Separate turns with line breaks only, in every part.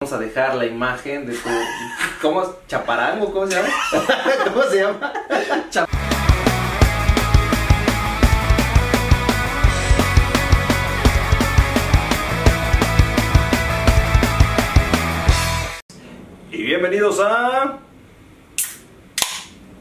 vamos a dejar la imagen de tu. ¿Cómo? es? ¿Chaparango? ¿Cómo se llama? ¿Cómo se llama? Cha-
Y bienvenidos a.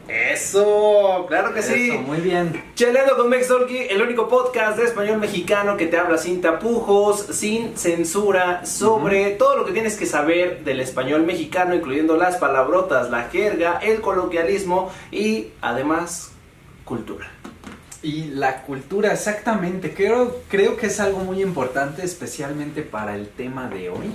Eso, claro que Pues sí.
Eso, muy bien.
Cheleando con Mex Dolky, el único podcast de español mexicano que te habla sin tapujos, sin censura, sobre todo lo que tienes que saber del español mexicano, incluyendo las palabrotas, la jerga, el coloquialismo y además cultura.
Y la cultura, exactamente. Creo, creo que es algo muy importante, especialmente para el tema de hoy.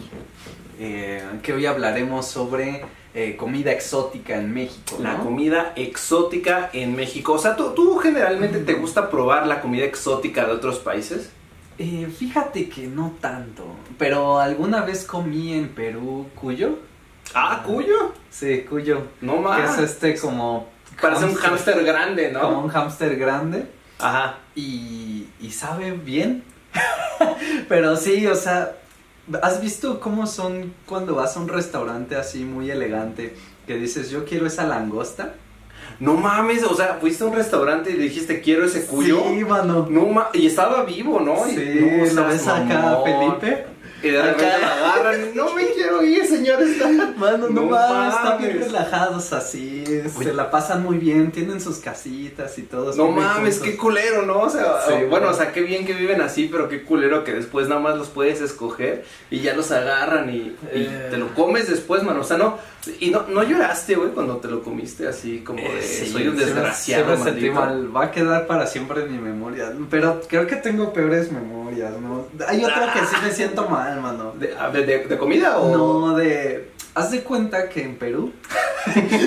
eh, que hoy hablaremos sobre eh, comida exótica en México.
La
¿no?
comida exótica en México. O sea, ¿tú, tú generalmente te gusta probar la comida exótica de otros países?
Eh, fíjate que no tanto. Pero alguna vez comí en Perú cuyo.
Ah, cuyo.
Sí, cuyo.
No
Que es
más.
este como.
Parece un hámster grande,
Como
Ah. ¿no?
un hámster grande.
Ajá.
y, y sabe bien. Pero sí, o sea, ¿has visto cómo son cuando vas a un restaurante así muy elegante que dices, yo quiero esa langosta?
No mames, o sea, fuiste a un restaurante y le dijiste quiero ese cuyo.
Sí, mano.
No, ma- y estaba vivo, ¿no? Y-
sí,
no,
¿lo
seas
ves acá,
mamón.
Felipe?
Y de repente
Acá.
la agarran y, no me quiero ir, señor. está-".
Mano, no,
No
mames, están
mames.
bien relajados así,
Oye.
se la pasan muy bien, tienen sus casitas y todo.
No
están muy
mames,
juntos.
qué culero, ¿no? O sea,
Sí,
bueno,
bueno.
o sea, qué bien que viven así, pero qué culero que después nada más los puedes escoger y ya los agarran y, y
Eh.
te lo comes después, mano. O sea, no. Y no, no lloraste, güey, cuando te lo comiste así, como de
Eh, sí,
soy un
sí me-
desgraciado,
sí me sentí
maldito".
mal. Va a quedar para siempre en mi memoria. Pero creo que tengo peores memorias, ¿no? Hay otra que sí
Ah.
me siento mal, mano.
¿De, a- de- de- de comida o.?
No, de. Haz de cuenta que en Perú.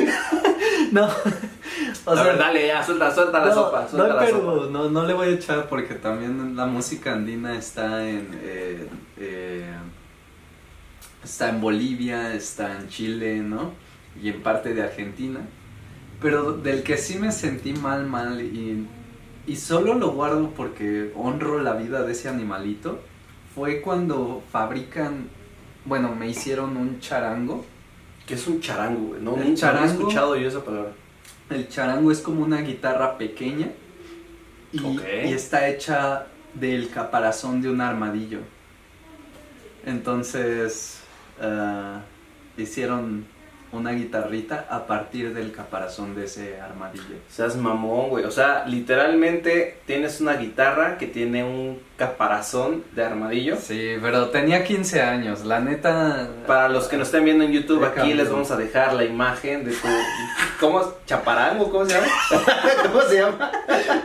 no. O
a
sea,
ver, dale, ya, suelta, suelta la
no,
sopa, suelta
no en
la
Perú,
sopa.
No, no le voy a echar porque también la música andina está en. eh, eh, está en Bolivia, está en Chile, ¿no? Y en parte de Argentina. Pero del que sí me sentí mal, mal y, y solo lo guardo porque honro la vida de ese animalito fue cuando fabrican. Bueno, me hicieron un charango.
¿Qué es un charango, güey? No,
El
nunca había
charango-
escuchado yo esa palabra.
El charango es como una guitarra pequeña y,
Ok.
y está hecha del caparazón de un armadillo. Entonces ah, hicieron una guitarrita a partir del caparazón de ese armadillo.
Seas mamón, güey. O sea, literalmente tienes una guitarra que tiene un caparazón de armadillo.
Sí, pero tenía 15 años, la neta...
Para los que nos estén viendo en YouTube,
Qué
aquí
cabrón.
les vamos a dejar la imagen de tu. ¿Cómo? es? ¿Chaparango? ¿Cómo se llama? ¿Cómo se llama?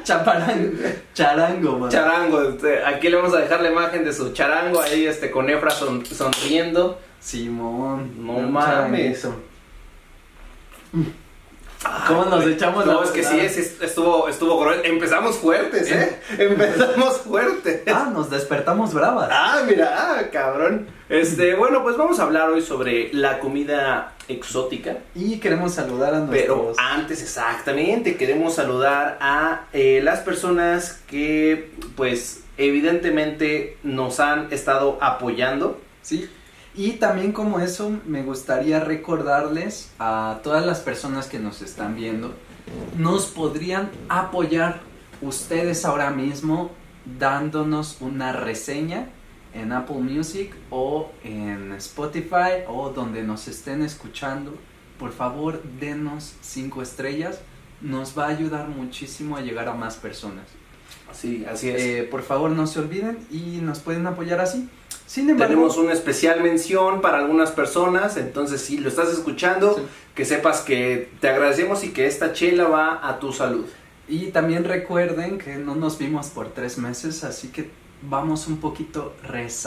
Chaparango, charango, mano.
Charango. este, Aquí le vamos a dejar la imagen de su charango ahí, este, con Efra son- sonriendo.
Simón,
No
un
mames.
charanguito. Ah, ¿Cómo nos echamos
No,
la
es que sí,
volada?
es, es- estuvo, estuvo grueso. Empezamos fuertes, ¿eh?
Em-
Empezamos fuertes.
Ah, nos despertamos bravas.
Ah, mira, ah, cabrón. Este, bueno, pues vamos a hablar hoy sobre la comida exótica.
Y queremos saludar a
Pero ah.
nuestros.
antes, exactamente, queremos saludar a eh, las personas que, pues, evidentemente nos han estado apoyando.
Sí. Y también como eso me gustaría recordarles a todas las personas que nos están viendo, nos podrían apoyar ustedes ahora mismo dándonos una reseña en Apple Music o en Spotify o donde nos estén escuchando. Por favor, denos cinco estrellas. Nos va a ayudar muchísimo a llegar a más personas.
Sí, así
Eh, por favor, no se olviden y nos pueden apoyar así. Sin embargo,
Tenemos una especial mención para algunas personas, entonces si lo estás escuchando,
Sí.
que sepas que te agradecemos y que esta chela va a tu salud.
Y también recuerden que no nos vimos por tres meses, así que vamos un poquito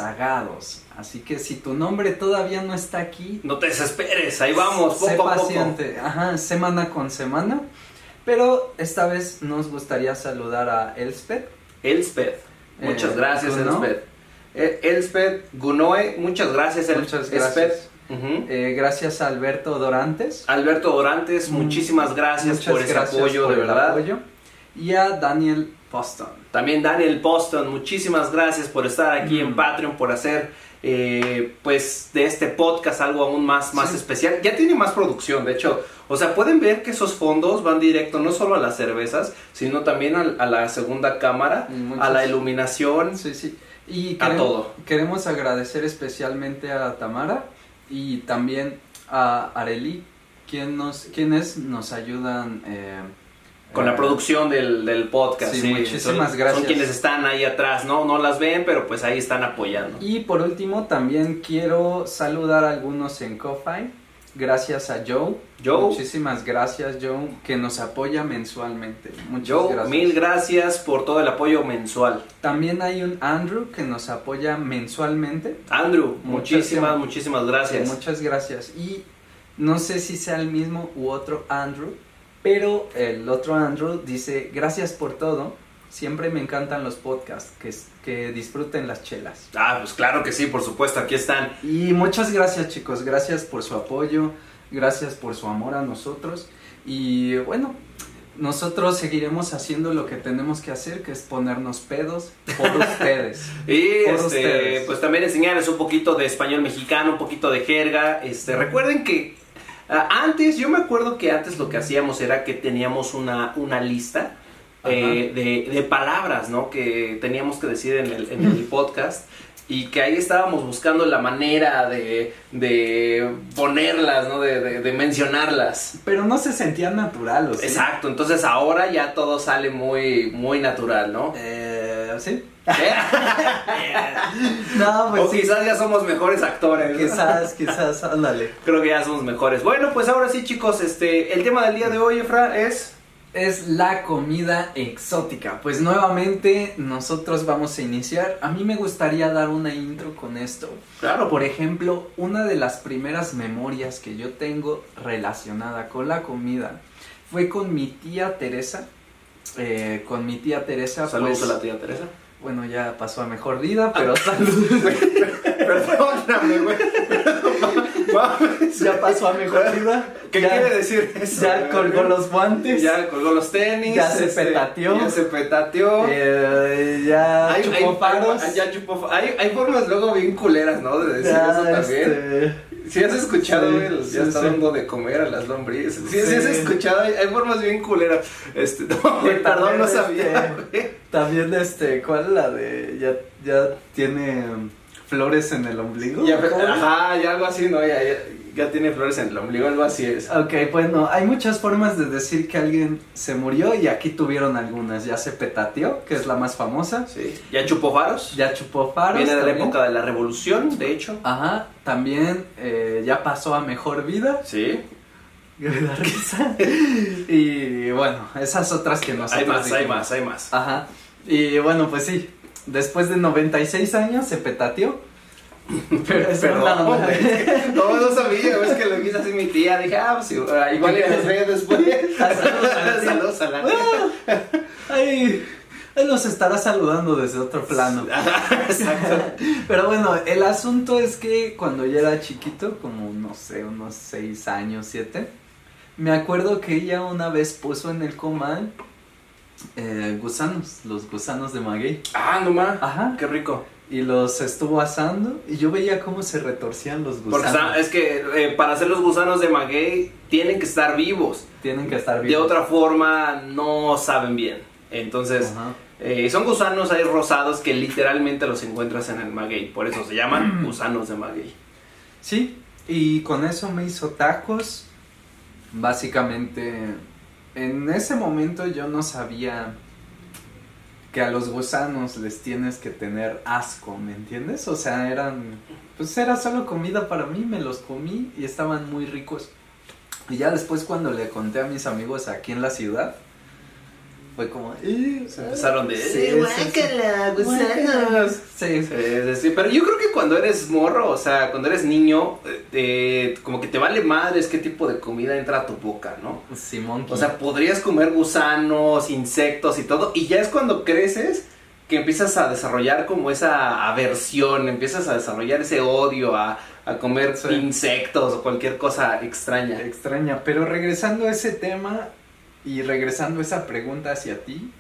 rezagados. Así que si tu nombre todavía no está aquí,
No te desesperes, ahí vamos, poco
sé
a poco.
paciente, ajá, semana con semana. Pero esta vez nos gustaría saludar a Elspeth.
Elspeth. Muchas
Eh,
gracias,
Guno.
Elspeth. Eh, Elspeth Gunoe, muchas gracias, El-
Muchas
Elspeth.
gracias.
Ujú.
Eh, gracias a Alberto Dorantes.
Alberto Dorantes,
Mm.
muchísimas gracias
Muchas
por ese
gracias
apoyo,
por
de
el
verdad.
apoyo. y a Daniel Poston.
También Daniel Poston, muchísimas gracias por estar aquí en
Mm.
Patreon, por hacer eh, pues de este podcast algo aún más, más
Sí.
especial. Ya tiene más producción, de hecho. O sea, pueden ver que esos fondos van directo no solo a las cervezas, sino también al- a, la segunda cámara,
Y muchos-
a la iluminación.
Sí, sí. Y
A
querem-
todo.
queremos agradecer especialmente a Tamara y también a Areli, quien nos, quienes nos ayudan eh,
Con
eh,
la producción del, del podcast.
Sí, muchísimas
son,
gracias.
Son quienes están ahí atrás, ¿no? No las ven, pero pues ahí están apoyando.
Y por último, también quiero saludar a algunos en Ko-Fi. Gracias a Joe.
Joe.
Muchísimas gracias, Joe, que nos apoya mensualmente. Muchas
Joe,
gracias.
mil gracias por todo el apoyo mensual.
También hay un Andrew que nos apoya mensualmente.
Andrew, muchísimas,
Muchísimas-
muchísimas gracias.
Muchas gracias. Y no sé si sea el mismo u otro Andrew, pero el otro Andrew dice, gracias por todo. Siempre me encantan los podcasts, que, es- que disfruten las chelas.
Ah, pues claro que sí, por supuesto, aquí están.
Y muchas gracias chicos, gracias por su apoyo, gracias por su amor a nosotros. Y bueno, nosotros seguiremos haciendo lo que tenemos que hacer, que es ponernos pedos por ustedes.
Y
Por
este,
ustedes.
pues también enseñarles un poquito de español mexicano, un poquito de jerga. Este, recuerden que ah, antes, yo me acuerdo que antes lo que hacíamos era que teníamos una, una lista eh, de, de palabras, ¿no? Que teníamos que decir en el, en el podcast. Y que ahí estábamos buscando la manera de, de ponerlas, ¿no? De, de- de mencionarlas.
Pero no se sentían natural, ¿o sí?
Exacto, entonces ahora ya todo sale muy, muy natural, ¿no?
Eh, ¿sí?
¿Eh?
No, pues
o
sí.
quizás ya somos mejores actores.
Quizás, quizás, ándale.
Creo que ya somos mejores. Bueno, pues ahora sí, chicos, este, el tema del día de hoy, Efra, es.
Es la comida exótica. Pues nuevamente nosotros vamos a iniciar. A mí me gustaría dar una intro con esto.
Claro,
Por ejemplo, una de las primeras memorias que yo tengo relacionada con la comida fue con mi tía Teresa. Eh, con mi tía Teresa,
Saludos
pues,
a la tía Teresa.
bueno, ya pasó a mejor vida, pero saludos.
Perdóname, güey. Mames.
ya pasó a mejor vida.
¿Qué
ya,
quiere decir eso?
Ya colgó los guantes.
Ya colgó los tenis. este,
Ya se petateó.
Ya se petateó.
eh, ya
Hay-
chupó
hay-
faros.
hay- ya chupó- hay- hay formas luego bien culeras, ¿no? De decir
Ya,
eso también.
este,
Si has escuchado,
Sí,
güey, los- ya
sí,
está
sí.
dando de comer a las lombrices. Si, si
Sí.
has escuchado, hay, hay formas bien culeras. Este, no, güey,
también,
perdón, no
este,
sabía, güey.
También este, ¿cuál es la de ya, ya tiene um, flores en el ombligo?
Ya,
¿Cómo es?
ajá, ya algo así, ¿no? Ya, ya, ya tiene flores en el ombligo, algo así es.
Ok, bueno, hay muchas formas de decir que alguien se murió y aquí tuvieron algunas. Ya se petateó, que es la más famosa.
Sí. ¿Ya chupó faros?
Ya chupó faros.
Viene de la
también.
época de la revolución, de hecho.
Ajá, también eh, ya pasó a mejor vida.
Sí.
Me da risa. y bueno, esas otras que nos
Hay más, hay más, hay más.
Ajá. Y bueno, pues sí. Después de 96 años se petateó. Pero es una-
Perdón, güey, es que no, no sabía, es que lo quise así mi tía, dije, ah, pues igual igual ya las ve después.
Saludos a la tía.
Saludos a la tía.
Ay, él nos estará saludando desde otro plano.
Exacto.
Pero bueno, el asunto es que cuando yo era chiquito, como no sé, unos 6 años, 7, me acuerdo que ella una vez puso en el comal eh, gusanos, los gusanos de maguey.
Ah, no más.
Ajá.
Qué rico.
Y los estuvo asando y yo veía cómo se retorcían los gusanos.
Porque está- es que eh, para hacer los gusanos de maguey tienen que estar vivos.
Tienen que estar
De
vivos.
otra forma no saben bien. Entonces,
Ajá.
Eh, son gusanos ahí rosados que literalmente los encuentras en el maguey, por eso se llaman gusanos de maguey.
Sí, y con eso me hizo tacos. Básicamente, en ese momento yo no sabía que a los gusanos les tienes que tener asco, ¿me entiendes? O sea, eran, pues era solo comida para mí, me los comí y estaban muy ricos. Y ya después cuando le conté a mis amigos aquí en la ciudad, fue como... "Eh,
Se empezaron de...
Sí,
"Eh,
sí,
guácala,
guácala". Sí,
Sí, sí, sí, pero yo creo que cuando eres morro, o sea, cuando eres niño, eh, eh, como que te vale madres qué tipo de comida entra a tu boca, ¿no?
Simón.
O sea, podrías comer gusanos, insectos y todo, y ya es cuando creces que empiezas a desarrollar como esa aversión, empiezas a desarrollar ese odio a, a comer
Sí.
insectos o cualquier cosa extraña.
extraña. Pero regresando a ese tema, Y regresando esa pregunta hacia ti,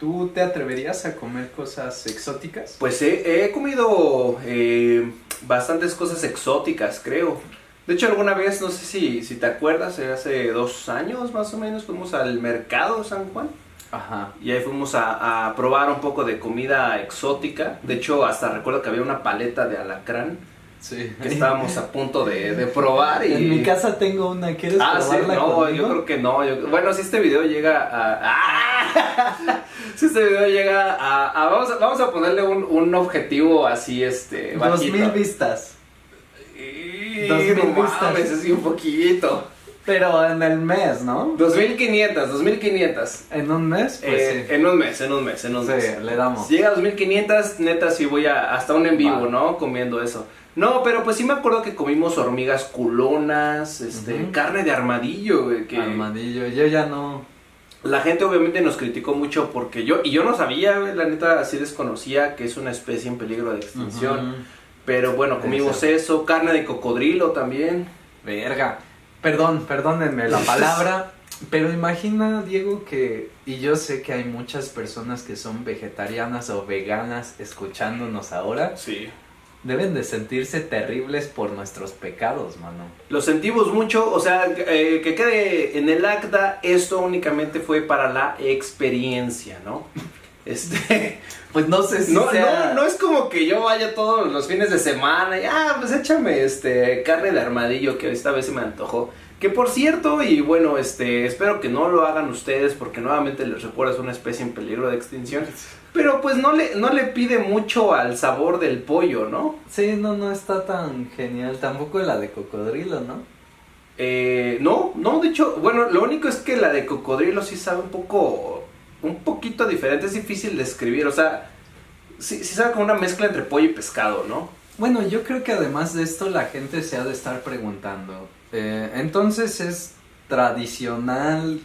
¿tú te atreverías a comer cosas exóticas?
Pues he, he comido eh, bastantes cosas exóticas, creo. De hecho, alguna vez, no sé si, si te acuerdas, eh, hace dos años más o menos, fuimos al mercado San Juan.
Ajá.
Y ahí fuimos a, a probar un poco de comida exótica. De hecho, hasta recuerdo que había una paleta de alacrán
Sí.
que estábamos a punto de, de probar. Y...
En mi casa tengo una, ¿quieres
Ah, sí,
probarla
no,
conmigo?
yo creo que no. yo- bueno, si este video llega a. ¡Ah! si este video llega a. a- vamos, a vamos a ponerle un, un objetivo así, este.
Dos
bajito.
mil vistas.
Y-
Dos mil
no mames,
vistas.
así un poquito.
Pero en el mes, ¿no?
2500, 2500.
En un mes, pues
Eh, En un mes, en un mes, en un
Sí,
mes.
le damos.
Si llega a 2500, neta, sí voy a hasta un en vivo,
Va.
¿no? Comiendo eso. No, pero pues sí me acuerdo que comimos hormigas culonas, este,
Ujú.
carne de armadillo, güey, que
Armadillo, yo ya no.
la gente obviamente nos criticó mucho porque yo, y yo no sabía, güey, la neta, así desconocía que es una especie en peligro de extinción.
Ujú.
Pero bueno, comimos eso, carne de cocodrilo también.
Verga. Perdón, perdónenme la palabra. Pero imagina, Diego, que. Y yo sé que hay muchas personas que son vegetarianas o veganas escuchándonos ahora.
Sí.
Deben de sentirse terribles por nuestros pecados, mano.
Lo sentimos mucho, o sea, eh, que quede en el acta, esto únicamente fue para la experiencia, ¿no? Este,
Pues no sé si
no,
sea.
no, no es como que yo vaya todos los fines de semana y, ah, pues échame este carne de armadillo que esta vez se me antojó. Que por cierto, y bueno, este, espero que no lo hagan ustedes porque nuevamente les recuerdo es una especie en peligro de extinción. Pero pues no le, no le pide mucho al sabor del pollo, ¿no?
sí, no, no está tan genial. Tampoco la de cocodrilo, ¿no?
Eh, no, no, de hecho, bueno, lo único es que la de cocodrilo sí sabe un poco, un poquito diferente, es difícil de escribir, o sea, sí, sí sabe como una mezcla entre pollo y pescado, ¿no?
Bueno, yo creo que además de esto la gente se ha de estar preguntando. eh, Entonces es tradicional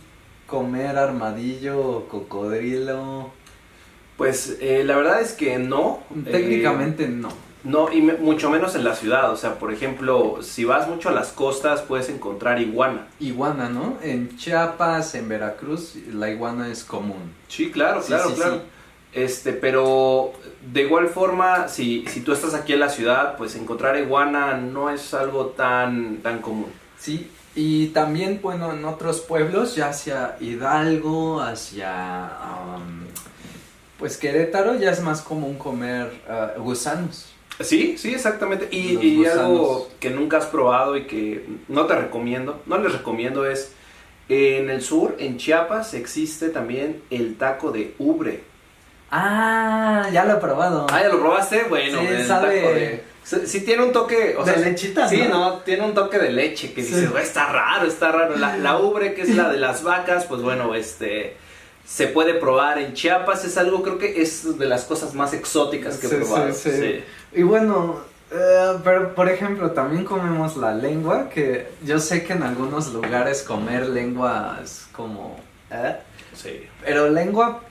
comer armadillo o cocodrilo.
Pues eh, la verdad es que no. eh,
Técnicamente no.
no, y me- mucho menos en la ciudad. O sea, por ejemplo, si vas mucho a las costas puedes encontrar iguana.
Iguana, ¿no? En Chiapas, en Veracruz, la iguana es común.
Sí, claro,
Sí,
claro,
sí,
claro.
sí.
Este, pero de igual forma, si, si tú estás aquí en la ciudad, pues encontrar iguana no es algo tan, tan común.
Sí, y también, bueno, en otros pueblos, ya hacia Hidalgo, hacia... am, pues Querétaro ya es más común comer ah, gusanos.
Sí, sí, exactamente. Y,
Los
y
gusanos.
algo que nunca has probado y que no te recomiendo, no les recomiendo es, en el sur, en Chiapas, existe también el taco de ubre.
Ah, ya lo he probado.
Ah, ya lo probaste, bueno,
Sí,
el
sabe-
taco de. Sí, sí tiene un toque, o
de
sea,
lechita,
sí,
¿no?
no, tiene un toque de leche que
Sí.
dices, "Güey, está raro, está raro. La, la ubre, que es la de las vacas, pues bueno, este se puede probar en Chiapas, es algo, creo que es de las cosas más exóticas que he
Sí, sí,
probado.
sí.
sí.
Y bueno, eh, pero por ejemplo, también comemos la lengua, que yo sé que en algunos lugares comer lengua es como... ¿eh?
sí.
Pero lengua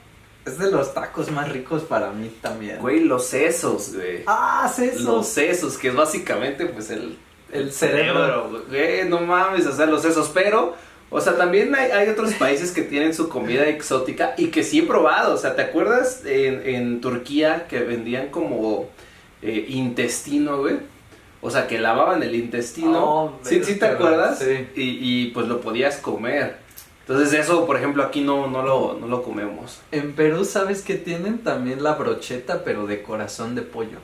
es de los tacos más ricos para mí también.
Güey, los sesos, güey.
Ah, es eso.
Los sesos, que es básicamente pues el,
El cerebro.
cerebro, güey, Eh, no mames, o sea, los sesos, pero, o sea, también hay, hay otros países que tienen su comida exótica y que sí he probado, o sea, ¿te acuerdas en, en Turquía que vendían como eh, intestino, güey? O sea, que lavaban el intestino,
Oh,
¿Sí, sí te
verga,
acuerdas?
sí.
Y, y, pues lo podías comer. Entonces eso, por ejemplo, aquí no, no, lo, no lo comemos.
En Perú, ¿sabes que tienen? También la brocheta, pero de corazón de pollo.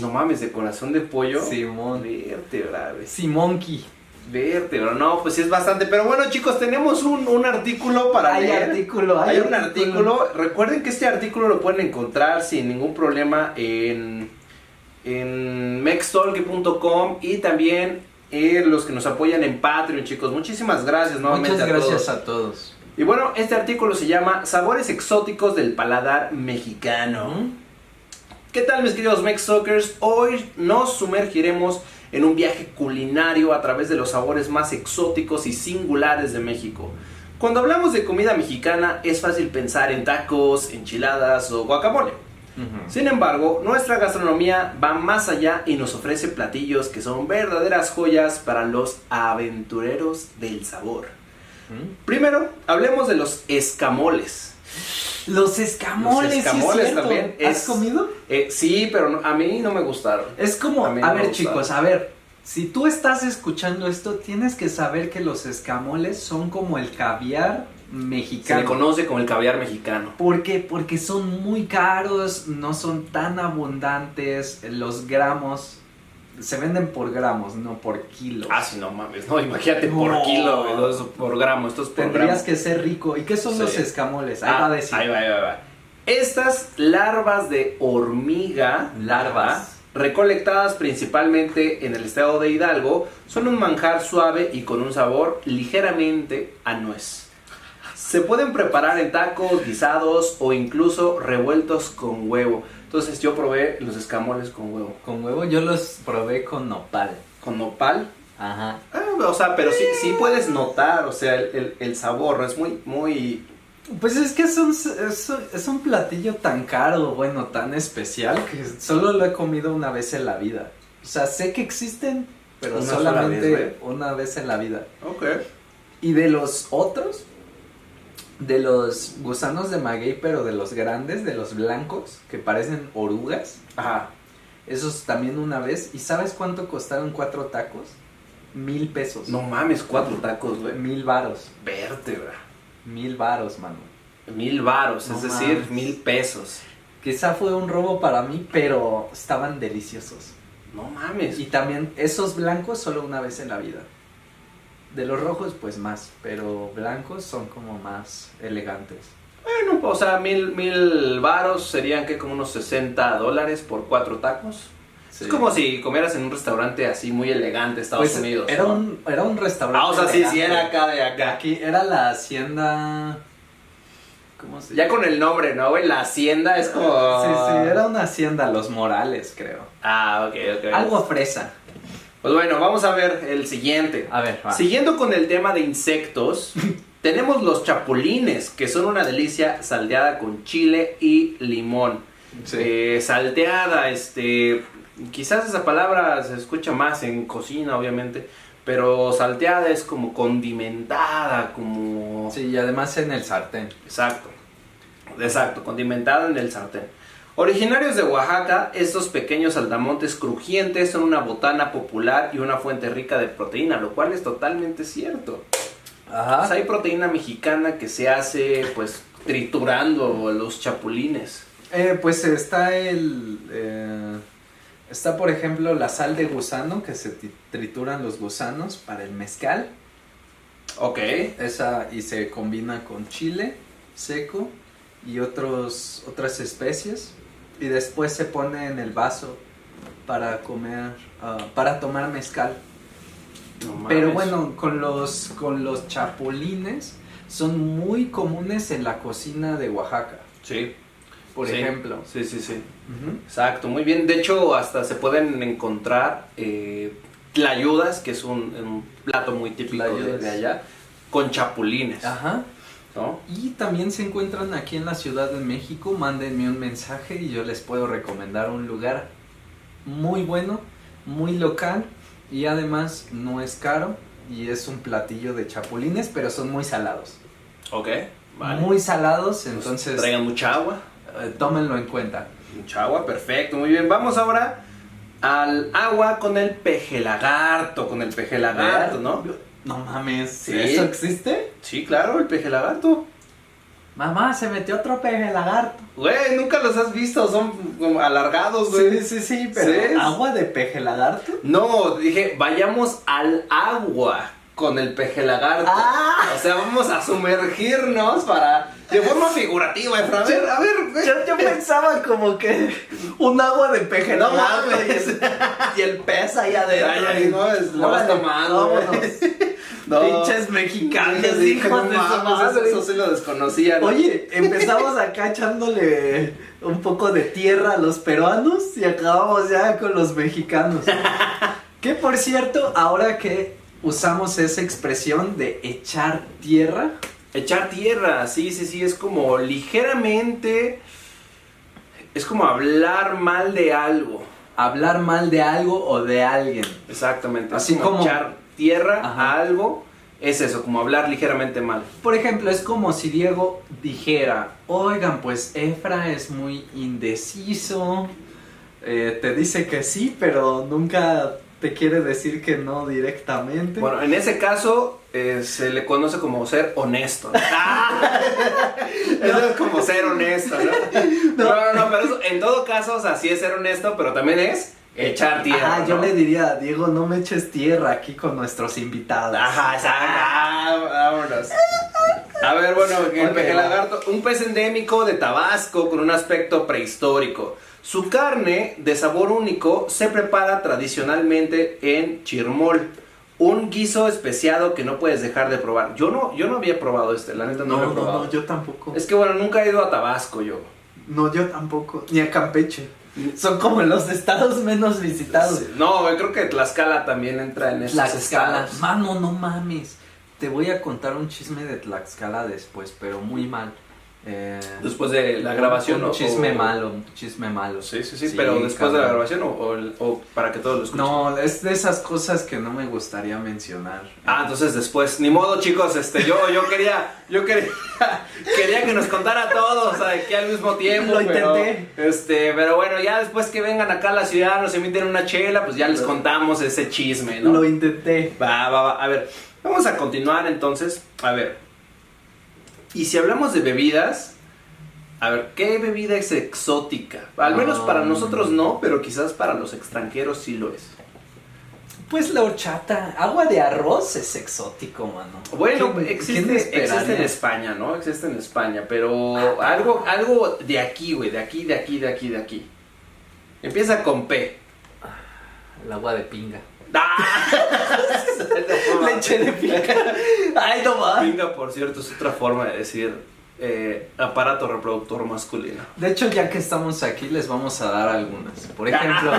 No mames, de corazón de pollo.
Simón.
Vértebra, güey.
Simonki.
Vértebra, no, pues sí es bastante. Pero bueno, chicos, tenemos un, un artículo para
hay
leer.
artículo,
Hay un artículo. Recuerden que este artículo lo pueden encontrar sin ningún problema en, en mextalk.com y también en los que nos apoyan en Patreon, chicos. Muchísimas gracias nuevamente
Muchas
a todos.
gracias a todos.
Y bueno, este artículo se llama Sabores exóticos del paladar mexicano.
Mm.
¿Qué tal mis queridos Mextalkers? Hoy nos sumergiremos en un viaje culinario a través de los sabores más exóticos y singulares de México. Cuando hablamos de comida mexicana es fácil pensar en tacos, enchiladas o guacamole. Sin embargo, nuestra gastronomía va más allá y nos ofrece platillos que son verdaderas joyas para los aventureros del sabor. Primero, hablemos de los escamoles.
Los escamoles,
Los
sí es
escamoles
cierto.
también
¿Has
es-
comido?
Eh, sí, pero no- a mí no me gustaron.
Es como,
A
a,
mí no me
ver
gusta.
chicos, a ver, si tú estás escuchando esto, tienes que saber que los escamoles son como el caviar
Se le
mexicano.
conoce como el caviar mexicano.
¿Por qué? Porque son muy caros, no son tan abundantes, los gramos se venden por gramos, no por kilos.
Ah, sí, no mames, no, imagínate por
No.
kilo, güey, no, eso por gramo, esto es por gramo.
Tendrías que ser rico. ¿Y qué son
Sí.
los escamoles? Ahí
Ah,
va a decir.
Ahí va, ahí va, ahí va. Estas larvas de hormiga.
Larvas.
¿ah? Recolectadas principalmente en el estado de Hidalgo, son un manjar suave y con un sabor ligeramente a nuez. Se pueden preparar en tacos, guisados o incluso revueltos con huevo. Entonces yo probé los escamoles con huevo.
Con huevo yo los probé con nopal.
Con nopal.
Ajá.
ah, o sea, pero sí,
Mm.
sí puedes notar, o sea, el, el- el sabor, ¿no? Es muy, muy...
Pues es que es un, es un- es un platillo tan caro, bueno, tan especial, que solo lo he comido una vez en la vida. O sea, sé que existen, pero
Una sola
solamente
vez,
una vez en la vida.
Ok.
Y de los otros, de los gusanos de maguey, pero de los grandes, de los blancos, que parecen orugas,
Ajá.
esos también una vez. ¿Y sabes cuánto costaron cuatro tacos? Mil pesos.
No mames, cuatro tacos, güey.
Mil varos.
Vértebra.
Mil varos, mano.
Mil varos,
No
es decir,
mames.
mil pesos.
Quizá fue un robo para mí, pero estaban deliciosos.
No mames.
Y también esos blancos solo una vez en la vida. De los rojos pues más, pero blancos son como más elegantes.
Bueno, o sea, mil, mil varos serían que como unos 60 dólares por cuatro tacos. Es como si comieras en un restaurante así muy elegante, Estados
Pues,
Unidos.
Era
¿no?
un, era un restaurante.
Ah, o sea, sí, sí, era
elegante.
acá de acá.
Aquí era la hacienda... ¿Cómo se
Ya con el nombre, ¿no, güey? La hacienda es como...
Sí, sí, era una hacienda, Los Morales, creo.
Ah, ok, ok.
Algo a fresa.
Pues bueno, vamos a ver el siguiente.
A ver, va.
Siguiendo con el tema de insectos, tenemos los chapulines, que son una delicia salteada con chile y limón. Eh, salteada, este, quizás esa palabra se escucha más en cocina, obviamente, pero salteada es como condimentada, como...
Sí, y además en el sartén.
Exacto, exacto, condimentada en el sartén. Originarios de Oaxaca, estos pequeños saltamontes crujientes son una botana popular y una fuente rica de proteína, lo cual es totalmente cierto. Pues
Ajá.
hay proteína mexicana que se hace pues triturando los chapulines.
Eh, pues está el... eh, está, por ejemplo, la sal de gusano, que se ti- trituran los gusanos para el mezcal.
Ok.
Esa y se combina con chile seco y otros, otras especies. Y después se pone en el vaso para comer, ah, para tomar mezcal. Pero bueno, con los, con los chapulines son muy comunes en la cocina de Oaxaca,
Sí.
por
sí.
ejemplo.
Sí, sí, sí.
Ujú.
Exacto, muy bien. De hecho, hasta se pueden encontrar eh, tlayudas, que es un, un plato muy típico de,
Tlayudas. Ah,
de allá, con chapulines.
Ajá.
¿no?
Y también se encuentran aquí en la Ciudad de México, mándenme un mensaje y yo les puedo recomendar un lugar muy bueno, muy local y además no es caro y es un platillo de chapulines, pero son muy salados.
Ok, vale.
Muy salados,
Pues,
entonces
Traigan mucha agua.
eh, tómenlo en cuenta.
Mucha agua, perfecto, muy bien. Vamos ahora al agua con el peje lagarto, con el peje lagarto, ¿no?
No mames,
Sí.
¿eso existe?
Sí, claro, el peje lagarto.
Mamá, se metió otro peje lagarto.
Güey, nunca los has visto, son como alargados, güey.
Sí, sí, sí,
pero
pero agua de peje lagarto.
No, dije, vayamos al agua con el peje lagarto.
Ah.
O sea, vamos a sumergirnos para. De forma figurativa, Efra. A ver, a ver, güey.
pensaba como que un agua de peje
No mames.
y el pez ahí
Ay, ay, no, es- lo vas
Órale,
tomando, güey.
vámonos.
No.
Pinches
Yo
mexicanos,
dije,
hijos
no
de su
mames,
madre.
Eso, eso sí lo desconocía. ¿no?
Oye, empezamos acá echándole un poco de tierra a los peruanos y acabamos ya con los mexicanos. Que por cierto, ahora que usamos esa expresión de echar tierra,
Echar tierra, sí, sí, sí, es como ligeramente. Es como hablar mal de algo.
hablar mal de algo o de alguien.
Exactamente. es
Así como-
echar tierra
Ajá.
a algo. es eso, como hablar ligeramente mal.
Por ejemplo, es como si Diego dijera, oigan, pues Efra es muy indeciso, eh, te dice que sí, pero nunca te quiere decir que no directamente.
Bueno, en ese caso eh, se le conoce como ser honesto. ¿no? Eso es como ser honesto, ¿no? No, no, no, pero eso, en todo caso, o sea, sí es ser honesto, pero también es echar tierra.
Ajá, yo
¿no?
le diría, Diego, no me eches tierra aquí con nuestros invitados.
Ajá, exacto. Ah, vámonos. A ver, bueno, el
Ok.
pejelagarto, un pez endémico de Tabasco con un aspecto prehistórico. Su carne de sabor único se prepara tradicionalmente en chirmol, un guiso especiado que no puedes dejar de probar. Yo no, yo no había probado este, la neta no, lo he
No, no,
probado.
no, yo tampoco.
Es que bueno, nunca he ido a Tabasco yo.
No, yo tampoco. Ni a Campeche. Son como los estados menos visitados.
No, güey, creo que Tlaxcala también entra en esas
Tlaxcala.
escalas.
Mano, no mames. Te voy a contar un chisme de Tlaxcala después, pero muy mal. Eh,
Después de la grabación.
Un
o-
chisme
o-
malo, un chisme malo.
Sí, sí, sí, pero después de la
cabrón.
grabación o, o el- o para que todos lo escuchen.
No, es de esas cosas que no me gustaría mencionar.
Ah, entonces después, ni modo chicos, este, yo, yo quería, yo quería, quería que nos contara todos aquí al mismo tiempo.
Lo
pero,
intenté.
este, pero bueno, ya después que vengan acá a la ciudad, nos inviten una chela, pues ya les contamos ese
Eh,
chisme, ¿no?
Lo intenté.
Va, va, va. A ver, vamos a continuar entonces. A ver. Y si hablamos de bebidas, a ver, ¿qué bebida es exótica? Al menos
Ah.
para nosotros no, pero quizás para los extranjeros sí lo es.
Pues la horchata.
Agua de arroz es exótico, mano.
Bueno,
¿Quién- quién
existe,
esperaría?
existe en España, ¿no? Existe en España, pero algo, algo de aquí, güey, de aquí, de aquí, de aquí, de aquí. Empieza con P.
El agua de pinga.
¡Ah!
Leche de pica. Ay, no va.
Venga, por cierto, es otra forma de decir eh, aparato reproductor masculino.
De hecho, ya que estamos aquí, les vamos a dar algunas.
Ah.
Por ejemplo,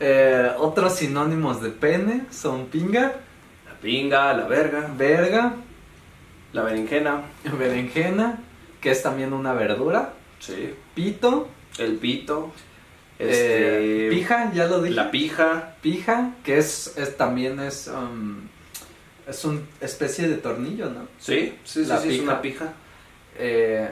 eh, otros sinónimos de pene son pinga,
La pinga, la verga,
verga,
la berenjena,
berenjena, que es también una verdura,
sí,
pito,
el pito,
eh,
este,
pija, ya lo dije.
la pija,
pija, que es, es también es um, es una especie de tornillo, ¿no?
sí, sí, sí,
La
sí, es
pija.
una pija,
Eh,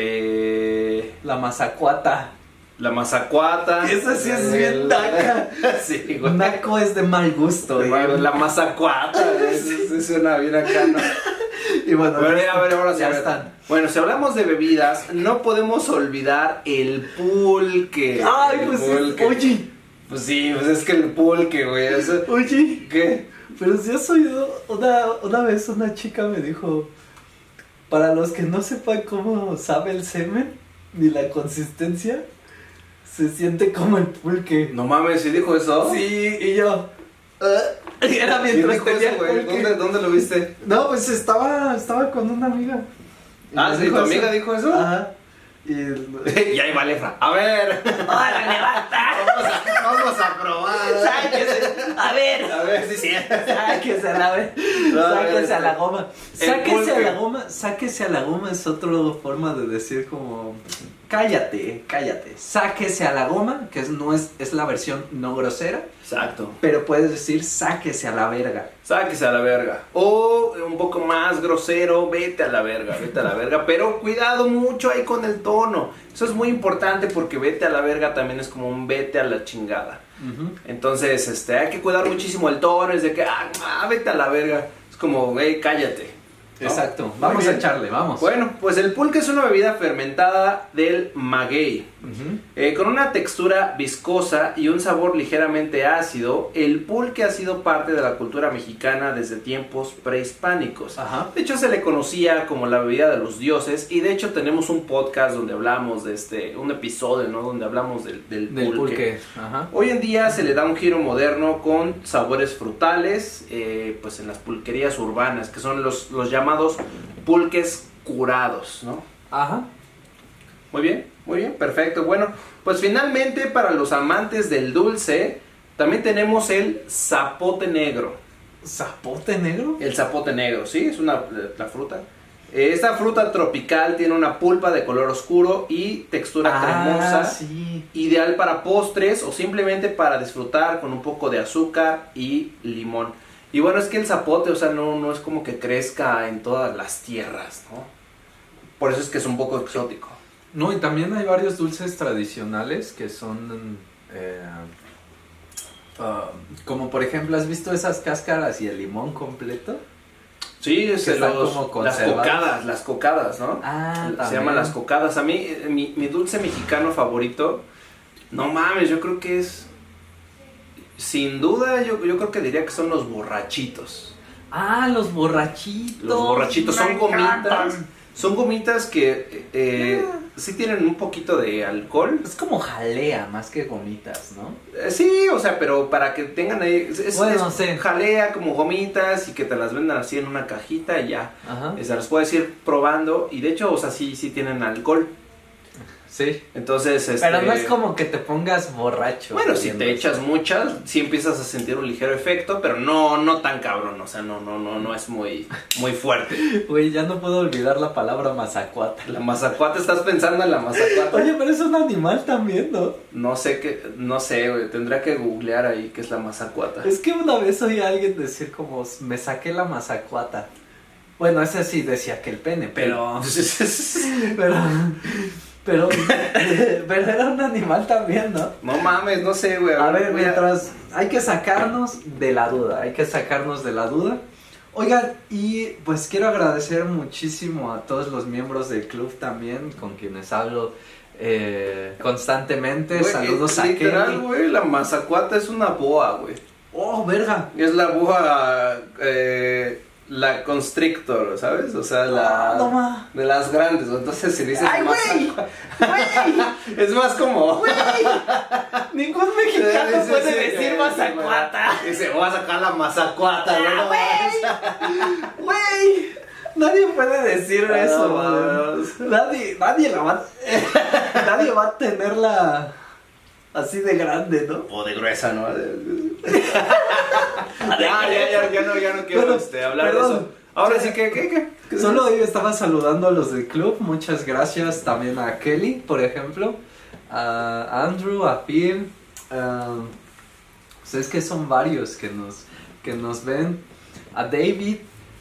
este,
la mazacuata.
la mazacuata,
Esa sí es
el-
bien naca.
sí, güey.
Naco es de mal gusto.
Pues,
digamos.
bueno, La mazacuata, güey, sí, sí, suena bien acá, ¿no?
Y bueno,
A ver, a ver, ahora sí,
ya
a ver.
están.
Bueno, si hablamos de bebidas, no podemos olvidar el pulque.
Ay,
El
pues.
pulque.
Oye,
Pues sí, pues es que el pulque, güey. eso-
oye.
¿Qué?
Pero si has oído, una, una vez una chica me dijo, para los que no sepan cómo sabe el semen, ni la consistencia, se siente como el pulque.
No mames, ¿sí dijo eso?
Sí, y yo... "Ah", Era
¿Quién
mientras
dijo eso,
tenía
güey?
pulque.
¿Dónde, dónde lo viste?
No, pues estaba, estaba con una amiga. Y
Ah,
me
¿sí?
dijo
¿Tu
eso.
amiga dijo eso?
Ah.
Ajá. Y...
y ahí va Lefra. A ver.
¡Órale, levanta!
Vamos a, vamos a probar.
A ver,
A ver, sí, sí.
sáquese a la vez.
No, a ver,
Sáquese a
este-
la goma.
el
Sáquese a
pulque.
la goma. Sáquese a la goma es otra forma de decir como. Cállate, cállate.
Sáquese a la goma, que es, no es, es la versión no grosera,
Exacto.
pero puedes decir sáquese a la verga.
Sáquese a la verga. O un poco más grosero, vete a la verga, vete a la verga. Pero cuidado mucho ahí con el tono. Eso es muy importante porque vete a la verga también es como un vete a la chingada. Entonces, este, hay que cuidar muchísimo el tono. Es de que, ah, ah, vete a la verga. Es como, güey, cállate. ¿no?
Exacto,
Muy
vamos a
bien.
echarle, vamos.
Bueno, pues el pulque es una bebida fermentada del maguey.
Ujú.
Eh, con una textura viscosa y un sabor ligeramente ácido, el pulque ha sido parte de la cultura mexicana desde tiempos prehispánicos.
Ajá.
De hecho, se le conocía como la bebida de los dioses y de hecho tenemos un podcast donde hablamos de este, un episodio, ¿no? Donde hablamos del, del
Del
pulque.
pulque. Ajá.
Hoy en día se le da un giro moderno con sabores frutales, eh, pues en las pulquerías urbanas, que son los, los llamados pulques curados, ¿no?
Ajá.
Muy bien, muy bien, perfecto. Bueno, pues finalmente para los amantes del dulce, también tenemos el zapote negro.
¿Zapote negro?
El zapote negro, ¿sí? Es una la fruta. Eh, Esta fruta tropical tiene una pulpa de color oscuro y textura
Ah,
cremosa.
sí.
Ideal para postres o simplemente para disfrutar con un poco de azúcar y limón. Y bueno, es que el zapote, o sea, no, no es como que crezca en todas las tierras, ¿no? Por eso es que es un poco exótico.
No, y también hay varios dulces tradicionales que son... eh, ah, como por ejemplo, ¿has visto esas cáscaras y el limón completo?
Sí,
Que
es
están
los-
como
las
conservadas.
cocadas, las cocadas, ¿no?
Ah,
Se llaman las cocadas. A mí, eh, mi, mi dulce mexicano favorito, no mames, yo creo que es. Sin duda, yo, yo creo que diría que son los borrachitos.
Ah, los borrachitos.
Los borrachitos
me
son gomitas.
encantan. Ah.
Son gomitas que eh, sí tienen un poquito de alcohol.
Es como jalea más que gomitas, ¿no?
Eh, sí, o sea, pero para que tengan ahí. Es, es-
Bueno,
es
sí.
jalea como gomitas y que te las vendan así en una cajita y ya.
Ajá.
Eh, Se las puedes ir probando. Y de hecho, o sea, sí, sí tienen alcohol.
Sí.
Entonces, este.
Pero no es como que te pongas borracho.
Bueno, si te
bebiendo.
echas muchas, sí empiezas a sentir un ligero efecto, pero no, no tan cabrón, o sea, no, no, no, no es muy, muy fuerte.
Güey, ya no puedo olvidar la palabra mazacuata.
La mazacuata, ¿estás pensando en la mazacuata?
Oye, pero es un animal también, ¿no?
No sé qué, no sé, güey, tendría que googlear ahí qué es la mazacuata.
Es que una vez oí a alguien decir como, me saqué la mazacuata. Bueno, ese sí decía que el pene, pero... Pero... Pero, pero era un animal también, ¿no?
No mames, no sé, güey.
A ver,
voy
mientras hay que sacarnos de la duda, hay que sacarnos de la duda. Oigan, y pues quiero agradecer muchísimo a todos los miembros del club también, con quienes hablo eh, constantemente.
Güey,
Saludos a
Literal,
Kenny.
güey, la mazacuata es una boa, güey.
Oh, verga.
Es la boa, eh, la constrictor, ¿sabes? O sea, la...
Ah, no ma.
De las grandes, entonces si dices
¡Ay, güey!
mazacua- Es más como...
Ningún mexicano
Sí,
puede
sí, sí,
decir
sí,
mazacuata.
güey. Dice, voy a sacar la mazacuata, güey, no
Güey, nadie puede decir
Ah,
eso.
no,
güey. nadie, nadie la va, nadie va a tenerla así de grande, ¿no?
O de gruesa, ¿no? ya, ya, ya, ya no, ya no quiero
Pero,
este, hablar de eso.
perdón.
Ahora sí que, ¿qué, qué? qué
Solo yo estaba saludando a los del club. Muchas gracias también a Kelly, por ejemplo, a Andrew, a Phil. ah, pues es que son varios que nos, que nos ven. A David,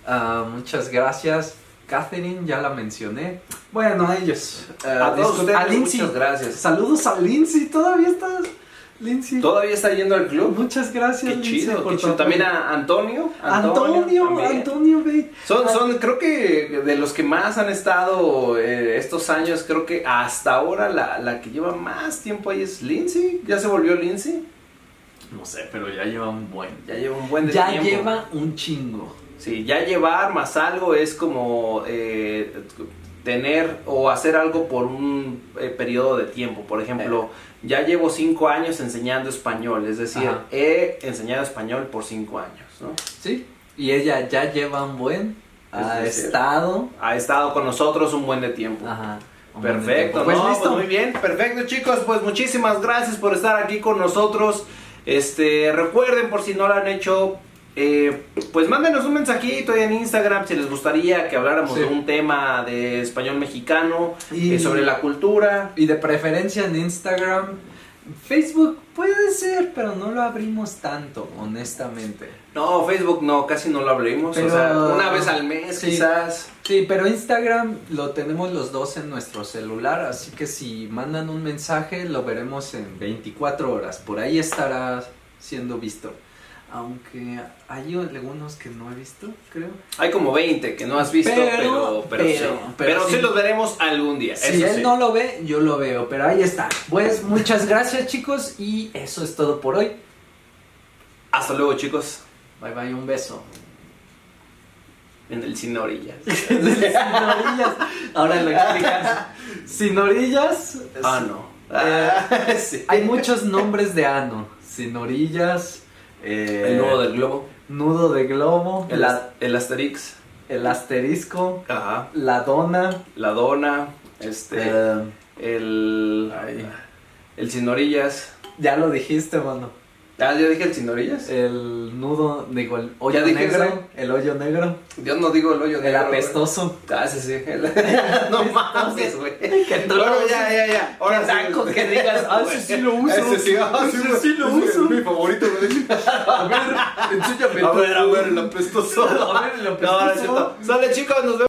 ah, muchas gracias. Catherine, ya la mencioné. Bueno, a ellos. ah,
A todos
discul-
ustedes,
a Lindsay.
muchas gracias.
Saludos a Lindsay. Todavía estás, Lindsay.
¿Todavía está yendo al club?
Muchas gracias,
Qué
Lindsay,
chido,
por
qué
tu
chido. También
apoyo.
a Antonio.
Antonio, Antonio,
también.
Bey.
Son, son, creo que de los que más han estado eh, estos años, creo que hasta ahora la, la que lleva más tiempo ahí es Lindsay. Ya se volvió Lindsay.
No sé, pero ya lleva un buen.
Ya lleva un buen de
Ya
tiempo.
lleva un chingo.
Sí, ya llevar más algo es como eh, tener o hacer algo por un eh, periodo de tiempo. Por ejemplo, ya llevo cinco años enseñando español, es decir,
Ajá.
he enseñado español por cinco años. ¿no?
Sí. Y ella ya lleva un buen. Ha
Es cierto.
estado.
Ha estado con nosotros un buen de tiempo.
Ajá. un buen de
Perfecto,
tiempo. Pues
no,
listo.
pues muy bien, perfecto chicos, pues muchísimas gracias por estar aquí con nosotros. Este, recuerden por si no lo han hecho, eh, pues mándenos un mensajito ahí en Instagram si les gustaría que habláramos
Sí.
de un tema de español mexicano,
Y-
eh, sobre la cultura.
Y de preferencia en Instagram. Facebook puede ser, pero no lo abrimos tanto, honestamente.
No, Facebook no, casi no lo hablemos, o
Pero-
sea, una vez al mes
Sí.
quizás.
Sí, pero Instagram lo tenemos los dos en nuestro celular, así que si mandan un mensaje lo veremos en 24 horas. Por ahí estará siendo visto. Aunque hay algunos que no he visto, creo.
Hay como 20 que no has visto, pero
Pero-
pero, sí.
pero-
pero,
pero
sí
sí.
los veremos algún día.
Si
eso
él
sí.
no lo ve, yo lo veo, pero ahí está. Pues muchas gracias chicos y eso es todo por hoy.
Hasta luego chicos,
Bye bye, un beso.
en el cine a orillas.
Sin orillas. Ahora lo explicas. Sin orillas.
Ah, no.
Eh,
sí.
Hay muchos nombres de ano. Sin orillas. eh,
El nudo del globo.
nudo de globo.
El,
la-
as- el Asterix.
el asterisco.
Ajá.
La dona.
La dona. Este.
eh,
El.
ay,
El sin orillas.
ya lo dijiste, mano.
Ah, yo dije el sin orillas.
El nudo, digo, el hoyo
Ya dije,
negro.
¿verdad?
El hoyo negro.
Yo no digo el hoyo
el
negro, güey.
apestoso.
Ah, sí, sí. el- no mames, güey.
Que tú
Bueno,
lo
ya, ya, ya.
Ahora
Ahora sí.
que digas, ah, ese sí lo uso.
Ese sí, ah, sí,
Ese sí lo uso.
Mi favorito, güey.
A ver, enséñame.
A
tú.
ver, a ver, la
apestoso.
A ver, el
No, no es
apestoso.
cierto. Sale, chicos, nos vemos.